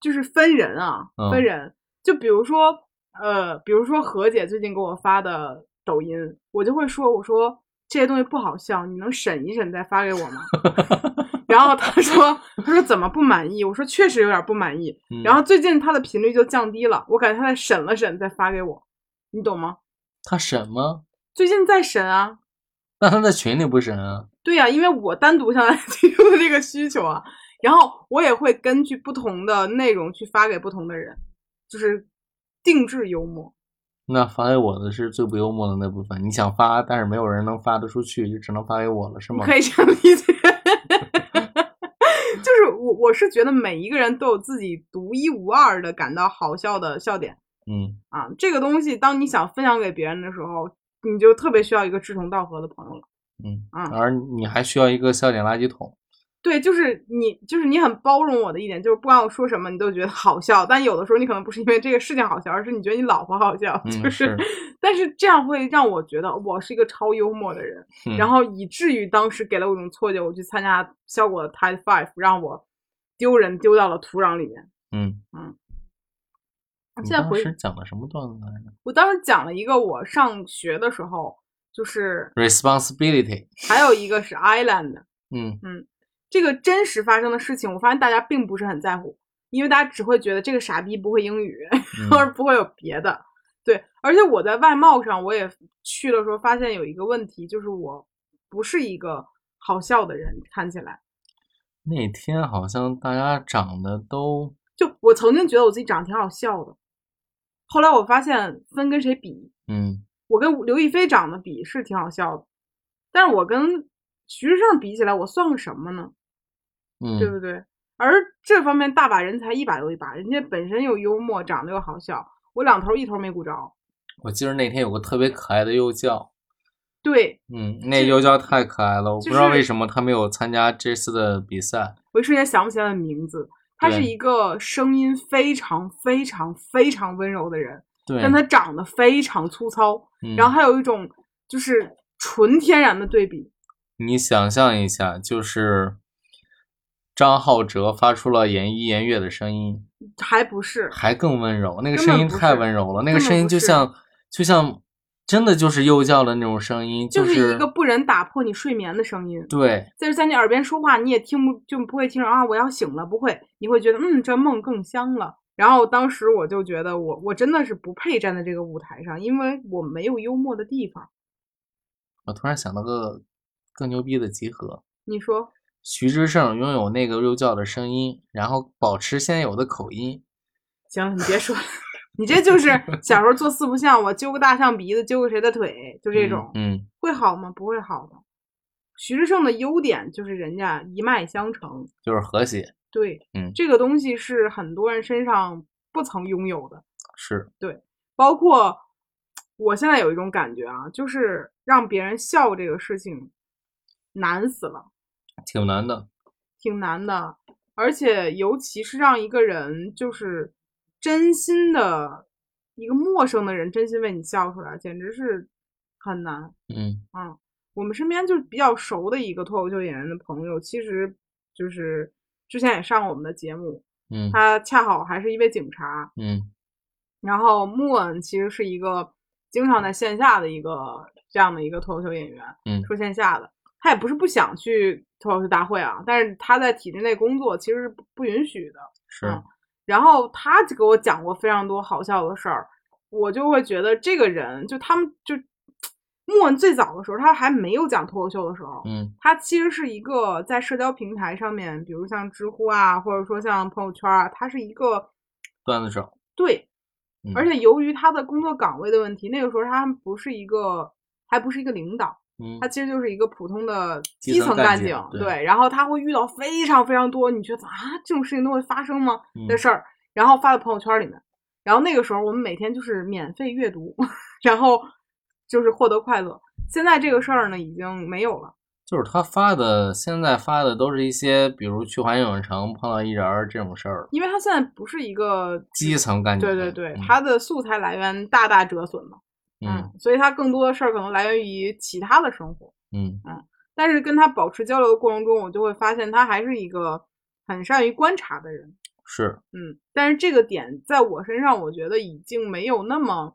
Speaker 1: 就是分人啊，
Speaker 2: 嗯
Speaker 1: 分人。就比如说，呃，比如说何姐最近给我发的抖音，我就会说，我说这些东西不好笑，你能审一审再发给我吗？然后她说，她说怎么不满意？我说确实有点不满意。
Speaker 2: 嗯
Speaker 1: 然后最近它的频率就降低了，我感觉它在审了审再发给我，你懂吗？
Speaker 2: 他审吗？
Speaker 1: 最近在审啊，
Speaker 2: 那他在群里不审啊？
Speaker 1: 对呀、因为我单独向他 提出的这个需求啊，然后我也会根据不同的内容去发给不同的人，就是定制幽默。
Speaker 2: 那发给我的是最不幽默的那部分，你想发，但是没有人能发得出去，就只能发给我了，是
Speaker 1: 你
Speaker 2: 吗？
Speaker 1: 可以这样理解。 就是我，我是觉得每一个人都有自己独一无二的感到好笑的笑点
Speaker 2: 嗯，
Speaker 1: 啊。这个东西，当你想分享给别人的时候，你就特别需要一个志同道合的朋友了。
Speaker 2: 嗯
Speaker 1: 嗯
Speaker 2: 而你还需要一个笑点垃圾桶。
Speaker 1: 对，就是你，就是你很包容我的一点，就是不管我说什么，你都觉得好笑。但有的时候你可能不是因为这个事情好笑，而是你觉得你老婆好笑，
Speaker 2: 嗯
Speaker 1: 就是是，但是这样会让我觉得我是一个超幽默的人，
Speaker 2: 嗯
Speaker 1: 然后以至于当时给了我一种错觉，我去参加效果的 Tide Five，让我丢人丢到了土壤里面。
Speaker 2: 嗯，你
Speaker 1: 现在
Speaker 2: 当
Speaker 1: 回
Speaker 2: 时，讲的什么段子来着
Speaker 1: 我当时讲了一个我上学的时候，就是
Speaker 2: ？Responsibility。
Speaker 1: 还有一个是 Island，
Speaker 2: 嗯
Speaker 1: 这个真实发生的事情，我发现大家并不是很在乎，因为大家只会觉得这个傻逼不会英语， 或者
Speaker 2: 嗯
Speaker 1: 不会有别的。对，而且我在外貌上，我也去的时候发现有一个问题，就是我不是一个好笑的人，看起来
Speaker 2: 那天好像大家长得都
Speaker 1: 就我曾经觉得我自己长得挺好笑的，后来我发现分跟谁比，
Speaker 2: 嗯
Speaker 1: 我跟刘亦菲长得比是挺好笑的，但是我跟徐志胜比起来，我算个什么呢？
Speaker 2: 嗯
Speaker 1: 对不对？而这方面大把人才一把又一把，人家本身又幽默，长得又好笑，我两头一头没顾着。
Speaker 2: 我记得那天有个特别可爱的幼教，
Speaker 1: 对
Speaker 2: 嗯，那
Speaker 1: 就
Speaker 2: 幼教太可爱了，我不
Speaker 1: 就
Speaker 2: 知道
Speaker 1: 是
Speaker 2: 为什么他没有参加这次的比赛。
Speaker 1: 我一瞬间想不起来他的名字，他是
Speaker 2: 对
Speaker 1: 一个声音非常非常非常温柔的人，
Speaker 2: 对，
Speaker 1: 但他长得非常粗糙，
Speaker 2: 嗯
Speaker 1: 然后还有一种就是纯天然的对比。
Speaker 2: 你想象一下，就是张浩哲发出了言一言月的声音，
Speaker 1: 还不是，
Speaker 2: 还更温柔，那个
Speaker 1: 根
Speaker 2: 声
Speaker 1: 本
Speaker 2: 音
Speaker 1: 不
Speaker 2: 太
Speaker 1: 是
Speaker 2: 温柔了，那
Speaker 1: 根
Speaker 2: 个
Speaker 1: 本
Speaker 2: 声音
Speaker 1: 不
Speaker 2: 就是像就像真的就是幼教的那种声音，
Speaker 1: 就是是一个不忍打破你睡眠的声音，
Speaker 2: 对，
Speaker 1: 就是在你耳边说话，你也听不就不会听着啊，我要醒了，不会，你会觉得嗯，这梦更香了。然后当时我就觉得我我真的是不配站在这个舞台上，因为我没有幽默的地方。
Speaker 2: 我突然想到个更牛逼的集合，
Speaker 1: 你说
Speaker 2: 徐志胜拥有那个幼教的声音，然后保持现有的口音，
Speaker 1: 行了，你别说了， 你这就是小时候做四不像，我揪个大象鼻子，揪个谁的腿，就这种，
Speaker 2: 嗯，嗯
Speaker 1: 会好吗？不会好的。徐志胜的优点就是人家一脉相承，
Speaker 2: 就是和谐，
Speaker 1: 对，
Speaker 2: 嗯
Speaker 1: 这个东西是很多人身上不曾拥有的。
Speaker 2: 是，
Speaker 1: 包括我现在有一种感觉啊，就是让别人笑这个事情难死了，
Speaker 2: 挺难的，
Speaker 1: 挺难的，而且尤其是让一个人就是真心的一个陌生的人真心为你笑出来，简直是很难。
Speaker 2: 嗯
Speaker 1: 我们身边就是比较熟的一个脱口秀演员的朋友，其实就是之前也上过我们的节目，
Speaker 2: 嗯
Speaker 1: 他恰好还是一位警察，
Speaker 2: 嗯
Speaker 1: 然后穆恩其实是一个经常在线下的一个这样的一个脱口秀演员，
Speaker 2: 嗯
Speaker 1: 说线下的，他也不是不想去脱口秀大会啊，但是他在体制内工作其实是不不允许的。
Speaker 2: 是，
Speaker 1: 嗯然后他就给我讲过非常多好笑的事儿，我就会觉得这个人就他们就莫文最早的时候，他还没有讲脱口秀的时候，
Speaker 2: 嗯
Speaker 1: 他其实是一个在社交平台上面，比如像知乎啊，或者说像朋友圈啊，他是一个
Speaker 2: 段子手，
Speaker 1: 对
Speaker 2: 嗯、
Speaker 1: 而且由于他的工作岗位的问题，那个时候他还不是一个，还不是一个领导，
Speaker 2: 嗯
Speaker 1: 他其实就是一个普通的
Speaker 2: 基
Speaker 1: 基
Speaker 2: 层
Speaker 1: 层
Speaker 2: 干
Speaker 1: 干
Speaker 2: 警
Speaker 1: 警。
Speaker 2: 对
Speaker 1: 然后他会遇到非常非常多你觉得啊这种事情都会发生吗
Speaker 2: 嗯
Speaker 1: 的事儿，然后发到朋友圈里面。然后那个时候我们每天就是免费阅读， 然后就是获得快乐。现在这个事儿呢已经没有了，
Speaker 2: 就是他发的，现在发的都是一些，比如去环球影城碰到一人儿这种事儿，
Speaker 1: 因为他现在不是一个
Speaker 2: 基层干警。
Speaker 1: 对对对，
Speaker 2: 嗯
Speaker 1: 他的素材来源大大折损嘛，
Speaker 2: 嗯，
Speaker 1: 所以他更多的事儿可能来源于其他的生活。
Speaker 2: 嗯
Speaker 1: 但是跟他保持交流的过程中，我就会发现他还是一个很善于观察的人。
Speaker 2: 是
Speaker 1: 嗯，但是这个点在我身上，我觉得已经没有那么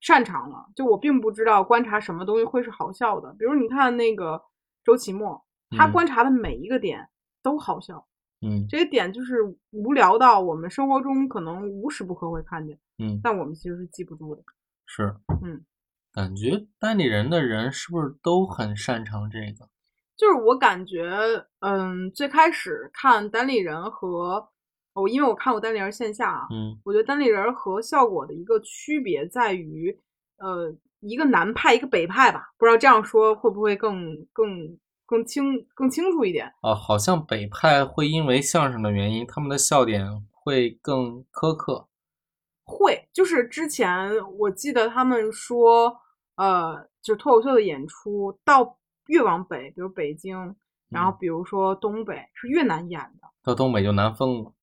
Speaker 1: 擅长了。就我并不知道观察什么东西会是好笑的。比如你看那个周奇墨，他
Speaker 2: 嗯
Speaker 1: 观察的每一个点都好笑，
Speaker 2: 嗯
Speaker 1: 这些点就是无聊到我们生活中可能无时不刻会看见，
Speaker 2: 嗯
Speaker 1: 但我们其实是记不住的。
Speaker 2: 是
Speaker 1: 嗯，
Speaker 2: 感觉代理人的人是不是都很擅长这个？
Speaker 1: 就是我感觉，嗯，最开始看单立人和我、因为我看过单立人线下啊，
Speaker 2: 嗯
Speaker 1: 我觉得单立人和效果的一个区别在于，呃，一个南派，一个北派吧。不知道这样说会不会更更更清更清楚一点？
Speaker 2: 啊，好像北派会因为相声的原因，他们的笑点会更苛刻。
Speaker 1: 会，就是之前我记得他们说，呃，就是脱口秀的演出到越往北，比如北京，然后
Speaker 2: 嗯
Speaker 1: 比如说东北，是越难演的，
Speaker 2: 到东北就难疯了，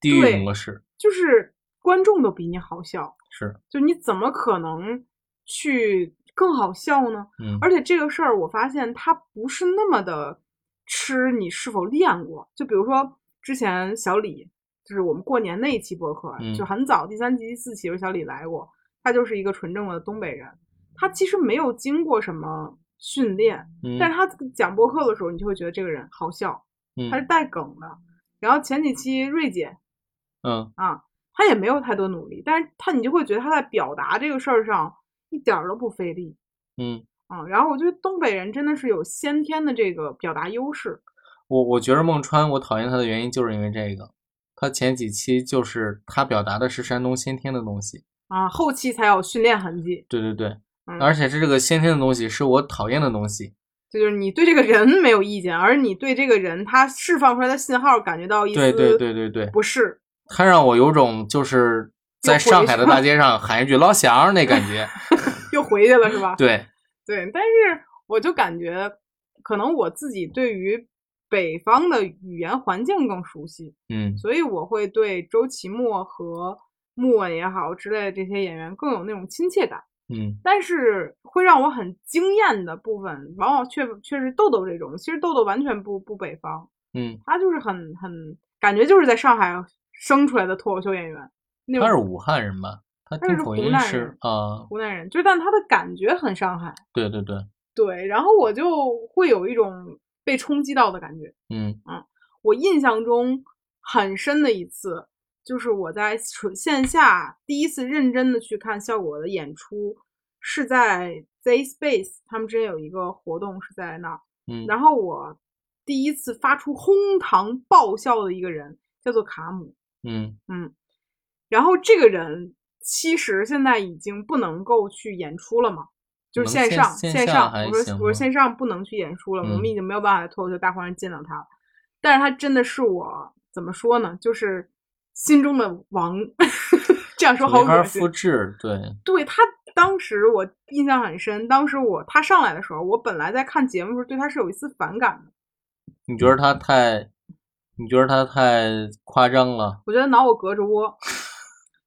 Speaker 2: 地狱
Speaker 1: 对
Speaker 2: 模式
Speaker 1: 就是观众都比你好笑。
Speaker 2: 是
Speaker 1: 就你怎么可能去更好笑呢？
Speaker 2: 嗯
Speaker 1: 而且这个事儿，我发现它不是那么的吃你是否练过。就比如说之前小李，就是我们过年那一期播客，
Speaker 2: 嗯
Speaker 1: 就很早第三期、第四期有小李来过，他就是一个纯正的东北人，他其实没有经过什么训练，
Speaker 2: 嗯
Speaker 1: 但是他讲播客的时候，你就会觉得这个人好笑，
Speaker 2: 嗯
Speaker 1: 他是带梗的。然后前几期瑞姐
Speaker 2: 嗯
Speaker 1: 啊，他也没有太多努力，但是他你就会觉得他在表达这个事儿上一点儿都不费力
Speaker 2: 嗯，
Speaker 1: 啊。然后我觉得东北人真的是有先天的这个表达优势，
Speaker 2: 我我觉得孟川我讨厌他的原因就是因为这个，他前几期就是他表达的是山东先天的东西，
Speaker 1: 啊，后期才有训练痕迹。
Speaker 2: 对对对，
Speaker 1: 嗯，
Speaker 2: 而且是这个先天的东西是我讨厌的东西，
Speaker 1: 这就是你对这个人没有意见，而你对这个人他释放出来的信号感觉到一丝
Speaker 2: 对对对对对，
Speaker 1: 不适。
Speaker 2: 他让我有种就是在
Speaker 1: 又回
Speaker 2: 上海的
Speaker 1: 上
Speaker 2: 大街上喊一句老乡儿那感 觉，
Speaker 1: 又回去了是吧？
Speaker 2: 对，
Speaker 1: 对，但是我就感觉，可能我自己对于北方的语言环境更熟悉，
Speaker 2: 嗯
Speaker 1: 所以我会对周奇墨和莫文也好之类的这些演员更有那种亲切感。
Speaker 2: 嗯
Speaker 1: 但是会让我很惊艳的部分，往往却却是豆豆这种。其实豆豆完全不不北方，
Speaker 2: 嗯，
Speaker 1: 他就是很很感觉就是在上海生出来的脱口秀演员，那
Speaker 2: 他是
Speaker 1: 种
Speaker 2: 武汉人吧？他
Speaker 1: 他是
Speaker 2: 听口
Speaker 1: 湖
Speaker 2: 音
Speaker 1: 南
Speaker 2: 是
Speaker 1: 人
Speaker 2: 啊、
Speaker 1: 湖南人，就但他的感觉很上海。
Speaker 2: 对对对，
Speaker 1: 对，然后我就会有一种被冲击到的感觉。
Speaker 2: 嗯
Speaker 1: 我印象中很深的一次，就是我在纯线下第一次认真的去看效果的演出，是在 Z Space，他们之前有一个活动是在那儿，
Speaker 2: 嗯
Speaker 1: 然后我第一次发出哄堂爆笑的一个人叫做卡姆，
Speaker 2: 嗯
Speaker 1: 嗯，然后这个人其实现在已经不能够去演出了嘛，就是
Speaker 2: 能
Speaker 1: 线
Speaker 2: 线
Speaker 1: 上
Speaker 2: 线下
Speaker 1: 上，
Speaker 2: 还
Speaker 1: 我说
Speaker 2: 行
Speaker 1: 我说
Speaker 2: 吗
Speaker 1: 线上不能去演出了，我
Speaker 2: 嗯
Speaker 1: 们已经没有办法在脱口秀大会上见到他了。但是他真的是我怎么说呢，就是心中的王， 这样说好
Speaker 2: 没法
Speaker 1: 恶心
Speaker 2: 复。制，对，
Speaker 1: 对他当时我印象很深，当时我他上来的时候，我本来在看节目的时候对他是有一丝反感的，
Speaker 2: 你
Speaker 1: 嗯
Speaker 2: 觉得他太，你觉得他太夸张了？
Speaker 1: 我觉得挠我胳肢窝，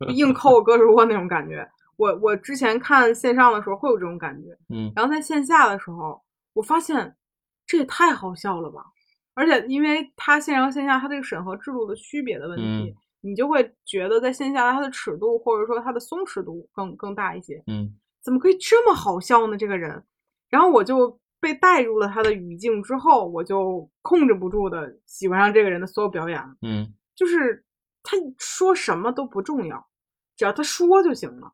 Speaker 1: 就硬抠我胳肢窝那种感觉。我我之前看线上的时候会有这种感觉，
Speaker 2: 嗯
Speaker 1: 然后在线下的时候，我发现这也太好笑了吧！而且因为它线上线下它这个审核制度的区别的问题，
Speaker 2: 嗯
Speaker 1: 你就会觉得在线下它的尺度或者说它的松弛度更更大一些。
Speaker 2: 嗯
Speaker 1: 怎么可以这么好笑呢？这个人，然后我就被带入了他的语境之后，我就控制不住的喜欢上这个人的所有表演了。
Speaker 2: 嗯
Speaker 1: 就是他说什么都不重要，只要他说就行了。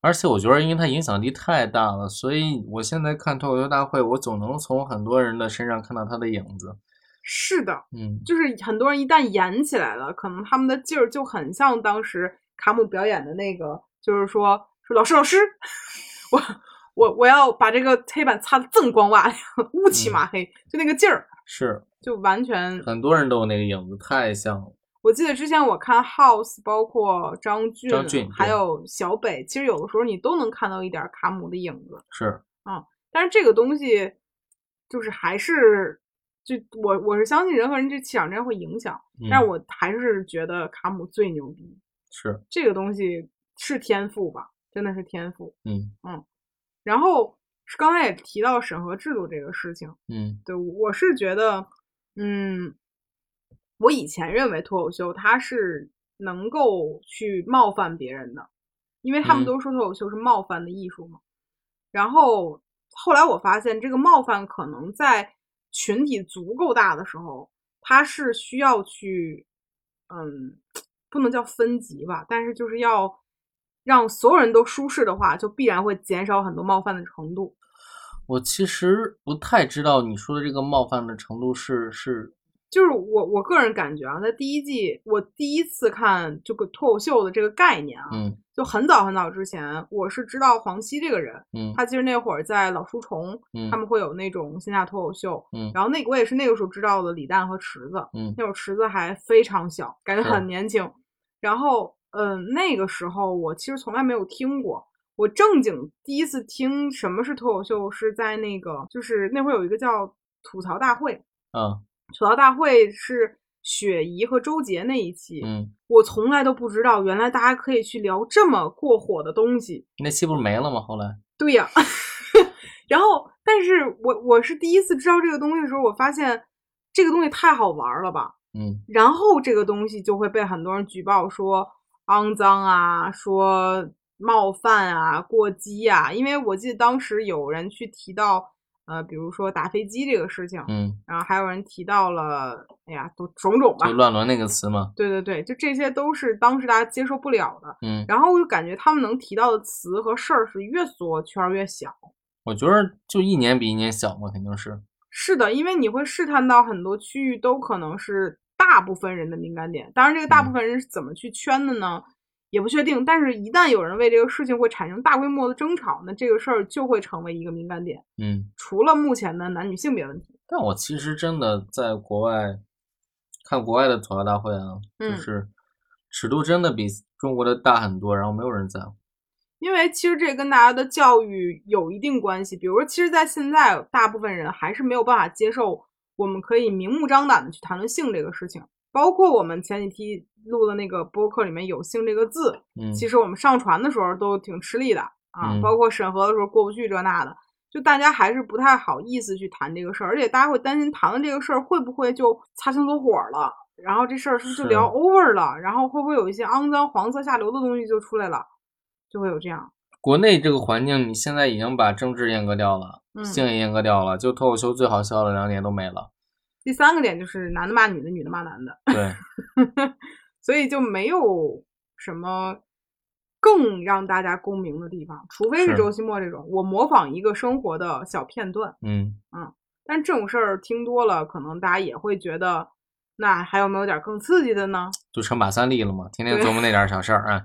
Speaker 2: 而且我觉得，因为它影响力太大了，所以我现在看脱口秀大会，我总能从很多人的身上看到他的影子。
Speaker 1: 是的，
Speaker 2: 嗯，
Speaker 1: 就是很多人一旦演起来了，可能他们的劲儿就很像当时卡姆表演的那个，就是说说老师老师，我我我要把这个黑板擦的锃光瓦亮，乌漆嘛黑，就那个劲儿，
Speaker 2: 是
Speaker 1: 就完全
Speaker 2: 嗯很多人都有那个影子，太像了。
Speaker 1: 我记得之前我看 House，包括张俊，
Speaker 2: 张俊对
Speaker 1: 还有小北，其实有的时候你都能看到一点卡姆的影子。
Speaker 2: 是，
Speaker 1: 但是这个东西，就是还是，就我我是相信人和人这气场真会影响，
Speaker 2: 嗯、
Speaker 1: 但是我还是觉得卡姆最牛逼。
Speaker 2: 是，
Speaker 1: 这个东西是天赋吧，真的是天赋。
Speaker 2: 嗯
Speaker 1: 然后刚才也提到审核制度这个事情，
Speaker 2: 嗯
Speaker 1: 对，我是觉得，嗯，我以前认为脱口秀它是能够去冒犯别人的，因为他们
Speaker 2: 嗯
Speaker 1: 都说脱口秀是冒犯的艺术嘛。然后后来我发现，这个冒犯可能在群体足够大的时候，它是需要去，嗯，不能叫分级吧，但是就是要让所有人都舒适的话，就必然会减少很多冒犯的程度。
Speaker 2: 我其实不太知道你说的这个冒犯的程度是是，
Speaker 1: 就是我我个人感觉啊，在第一季我第一次看这个脱口秀的这个概念啊，
Speaker 2: 嗯
Speaker 1: 就很早很早之前，我是知道黄西这个人，
Speaker 2: 嗯
Speaker 1: 他其实那会儿在老书虫，
Speaker 2: 嗯
Speaker 1: 他们会有那种线下脱口秀，
Speaker 2: 嗯
Speaker 1: 然后那个我也是那个时候知道的李诞和池子，
Speaker 2: 嗯
Speaker 1: 那会儿池子还非常小，感觉
Speaker 2: 是
Speaker 1: 很年轻，然后嗯、呃那个时候我其实从来没有听过。我正经第一次听什么是脱口秀，是在那个，就是那会儿有一个叫吐槽大会，
Speaker 2: 啊
Speaker 1: 吐槽大会是雪姨和周杰那一期，
Speaker 2: 嗯，
Speaker 1: 我从来都不知道，原来大家可以去聊这么过火的东西。
Speaker 2: 那戏不是没了吗？后来，
Speaker 1: 对呀、 然后，但是我我是第一次知道这个东西的时候，我发现这个东西太好玩了吧，
Speaker 2: 嗯
Speaker 1: 然后这个东西就会被很多人举报说肮脏啊，说冒犯啊，过激啊，因为我记得当时有人去提到，呃，比如说打飞机这个事情，
Speaker 2: 嗯，
Speaker 1: 然后还有人提到了，哎呀，都种种吧
Speaker 2: 就，乱伦那个词嘛，
Speaker 1: 对对对，就这些都是当时大家接受不了的。
Speaker 2: 嗯，
Speaker 1: 然后我就感觉他们能提到的词和事儿是越缩圈儿越小。
Speaker 2: 我觉得就一年比一年小嘛，肯定是，
Speaker 1: 是的，因为你会试探到很多区域都可能是大部分人的敏感点。当然，这个大部
Speaker 2: 嗯
Speaker 1: 分人是怎么去圈的呢？也不确定。但是，一旦有人为这个事情会产生大规模的争吵，那这个事儿就会成为一个敏感点。
Speaker 2: 嗯。
Speaker 1: 除了目前的男女性别问题，
Speaker 2: 但我其实真的在国外看国外的吐槽大会啊，就
Speaker 1: 嗯
Speaker 2: 是尺度真的比中国的大很多，然后没有人在乎。
Speaker 1: 因为其实这跟大家的教育有一定关系。比如说，其实，在现在，大部分人还是没有办法接受我们可以明目张胆的去谈论性这个事情。包括我们前几期录的那个播客里面有“性”这个字，
Speaker 2: 嗯，
Speaker 1: 其实我们上传的时候都挺吃力的啊，
Speaker 2: 嗯
Speaker 1: 包括审核的时候过不去这那的，就大家还是不太好意思去谈这个事儿，而且大家会担心谈论这个事儿会不会就擦枪走火了，然后这事儿是不是就是聊 over 了，然后会不会有一些肮脏黄色下流的东西就出来了，就会有这样，
Speaker 2: 国内这个环境，你现在已经把政治阉割掉了，
Speaker 1: 嗯。
Speaker 2: 性也阉割掉了，就脱口秀最好笑的两点都没 了。
Speaker 1: 第三个点就是男的骂女的，女的骂男的，
Speaker 2: 对，
Speaker 1: 所以就没有什么更让大家共鸣的地方，除非是
Speaker 2: 是
Speaker 1: 周奇墨这种，我模仿一个生活的小片段。
Speaker 2: 嗯，
Speaker 1: 但这种事儿听多了，可能大家也会觉得，那还有没有点更刺激的呢？
Speaker 2: 就成马三立了嘛，天天
Speaker 1: 对
Speaker 2: 琢磨那点小事儿啊。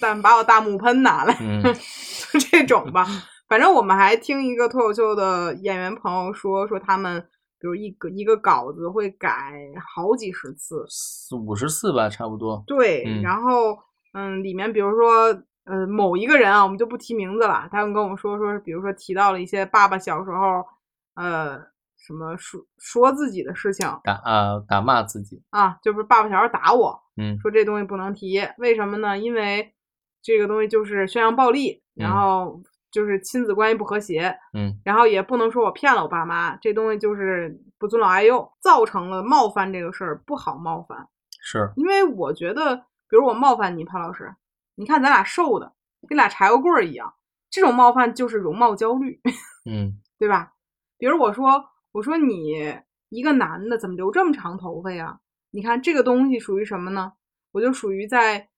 Speaker 1: 但把我大木喷拿来，
Speaker 2: 嗯
Speaker 1: 就这种吧。反正我们还听一个脱口秀的演员朋友说，说他们比如一个一个稿子会改好几十次，
Speaker 2: 五十四吧，差不多。
Speaker 1: 对，
Speaker 2: 嗯
Speaker 1: 然后嗯，里面比如说。呃，某一个人啊，我们就不提名字了。他们跟我说说，比如说提到了一些爸爸小时候，呃，什么说说自己的事情
Speaker 2: 打啊、打骂自己，
Speaker 1: 啊，就是爸爸小时候打我，
Speaker 2: 嗯
Speaker 1: 说这东西不能提，为什么呢？因为这个东西就是宣扬暴力，然
Speaker 2: 嗯
Speaker 1: 后就是亲子关系不和谐，
Speaker 2: 嗯，
Speaker 1: 然后也不能说我骗了我爸妈，这东西就是不尊老爱幼，造成了冒犯这个事儿不好冒犯，
Speaker 2: 是
Speaker 1: 因为我觉得，比如我冒犯你，潘老师，你看咱俩瘦的跟俩柴火棍儿一样，这种冒犯就是容貌焦虑。
Speaker 2: 嗯
Speaker 1: 对吧？比如我说，我说你一个男的怎么留这么长头发呀？你看这个东西属于什么呢？我就属于在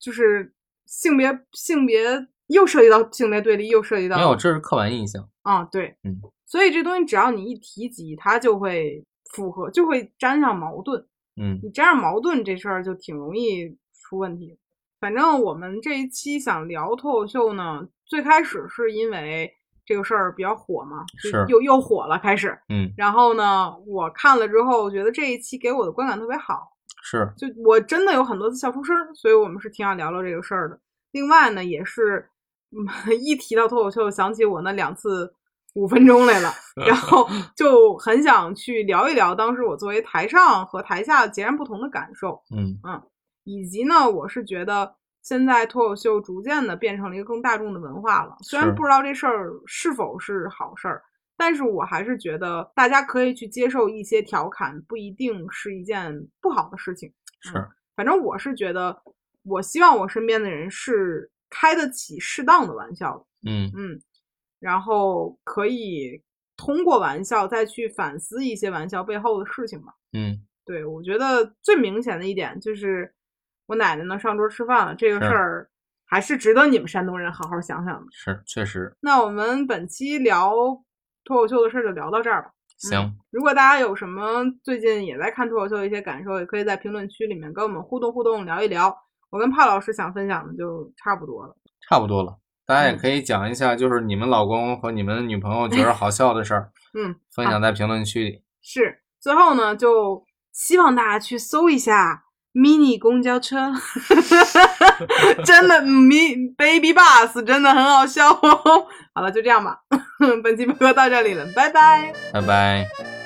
Speaker 1: 就是性别性别又涉及到性别对啊立，又涉及到
Speaker 2: 没有，这是刻板印象。
Speaker 1: 啊，对，
Speaker 2: 嗯，
Speaker 1: 所以这东西只要你一提及，它就会符合，就会沾上矛盾。
Speaker 2: 嗯
Speaker 1: 你沾上矛盾这事儿就挺容易出问题。反正我们这一期想聊脱口秀呢，最开始是因为这个事儿比较火嘛，就是又又火了开始。
Speaker 2: 嗯，
Speaker 1: 然后呢，我看了之后，我觉得这一期给我的观感特别好，
Speaker 2: 是
Speaker 1: 就我真的有很多次笑出声儿，所以我们是挺想聊聊这个事儿的。另外呢，也是嗯 一提到脱口秀，想起我那两次五分钟来了，然后就很想去聊一聊当时我作为台上和台下截然不同的感受，
Speaker 2: 嗯
Speaker 1: 以及呢，我是觉得现在脱口秀逐渐的变成了一个更大众的文化了。虽然
Speaker 2: 是
Speaker 1: 不知道这事儿是否是好事儿，但是我还是觉得大家可以去接受一些调侃，不一定是一件不好的事情。
Speaker 2: 是，
Speaker 1: 反正我是觉得，我希望我身边的人是开得起适当的玩笑的。
Speaker 2: 嗯
Speaker 1: 嗯，然后可以通过玩笑再去反思一些玩笑背后的事情吧。
Speaker 2: 嗯
Speaker 1: 对我觉得最明显的一点就是，我奶奶呢上桌吃饭了，这个
Speaker 2: 是
Speaker 1: 事儿还是值得你们山东人好好想想的。
Speaker 2: 是，确实
Speaker 1: 那我们本期聊脱口秀的事儿就聊到这儿吧。
Speaker 2: 行。
Speaker 1: 如果大家有什么最近也在看脱口秀的一些感受，也可以在评论区里面跟我们互动互动，聊一聊。我跟帕老师想分享的就差不多了。
Speaker 2: 差不多了。大家也
Speaker 1: 嗯
Speaker 2: 可以讲一下，就是你们老公和你们女朋友觉得好笑的事儿，
Speaker 1: 嗯，
Speaker 2: 分享在评论区里。
Speaker 1: 是，最后呢，就希望大家去搜一下 mini 公交车， 真的，mini baby bus 真的很好 笑哦。好了，就这样吧，本期播客到这里了，拜拜。
Speaker 2: 拜拜。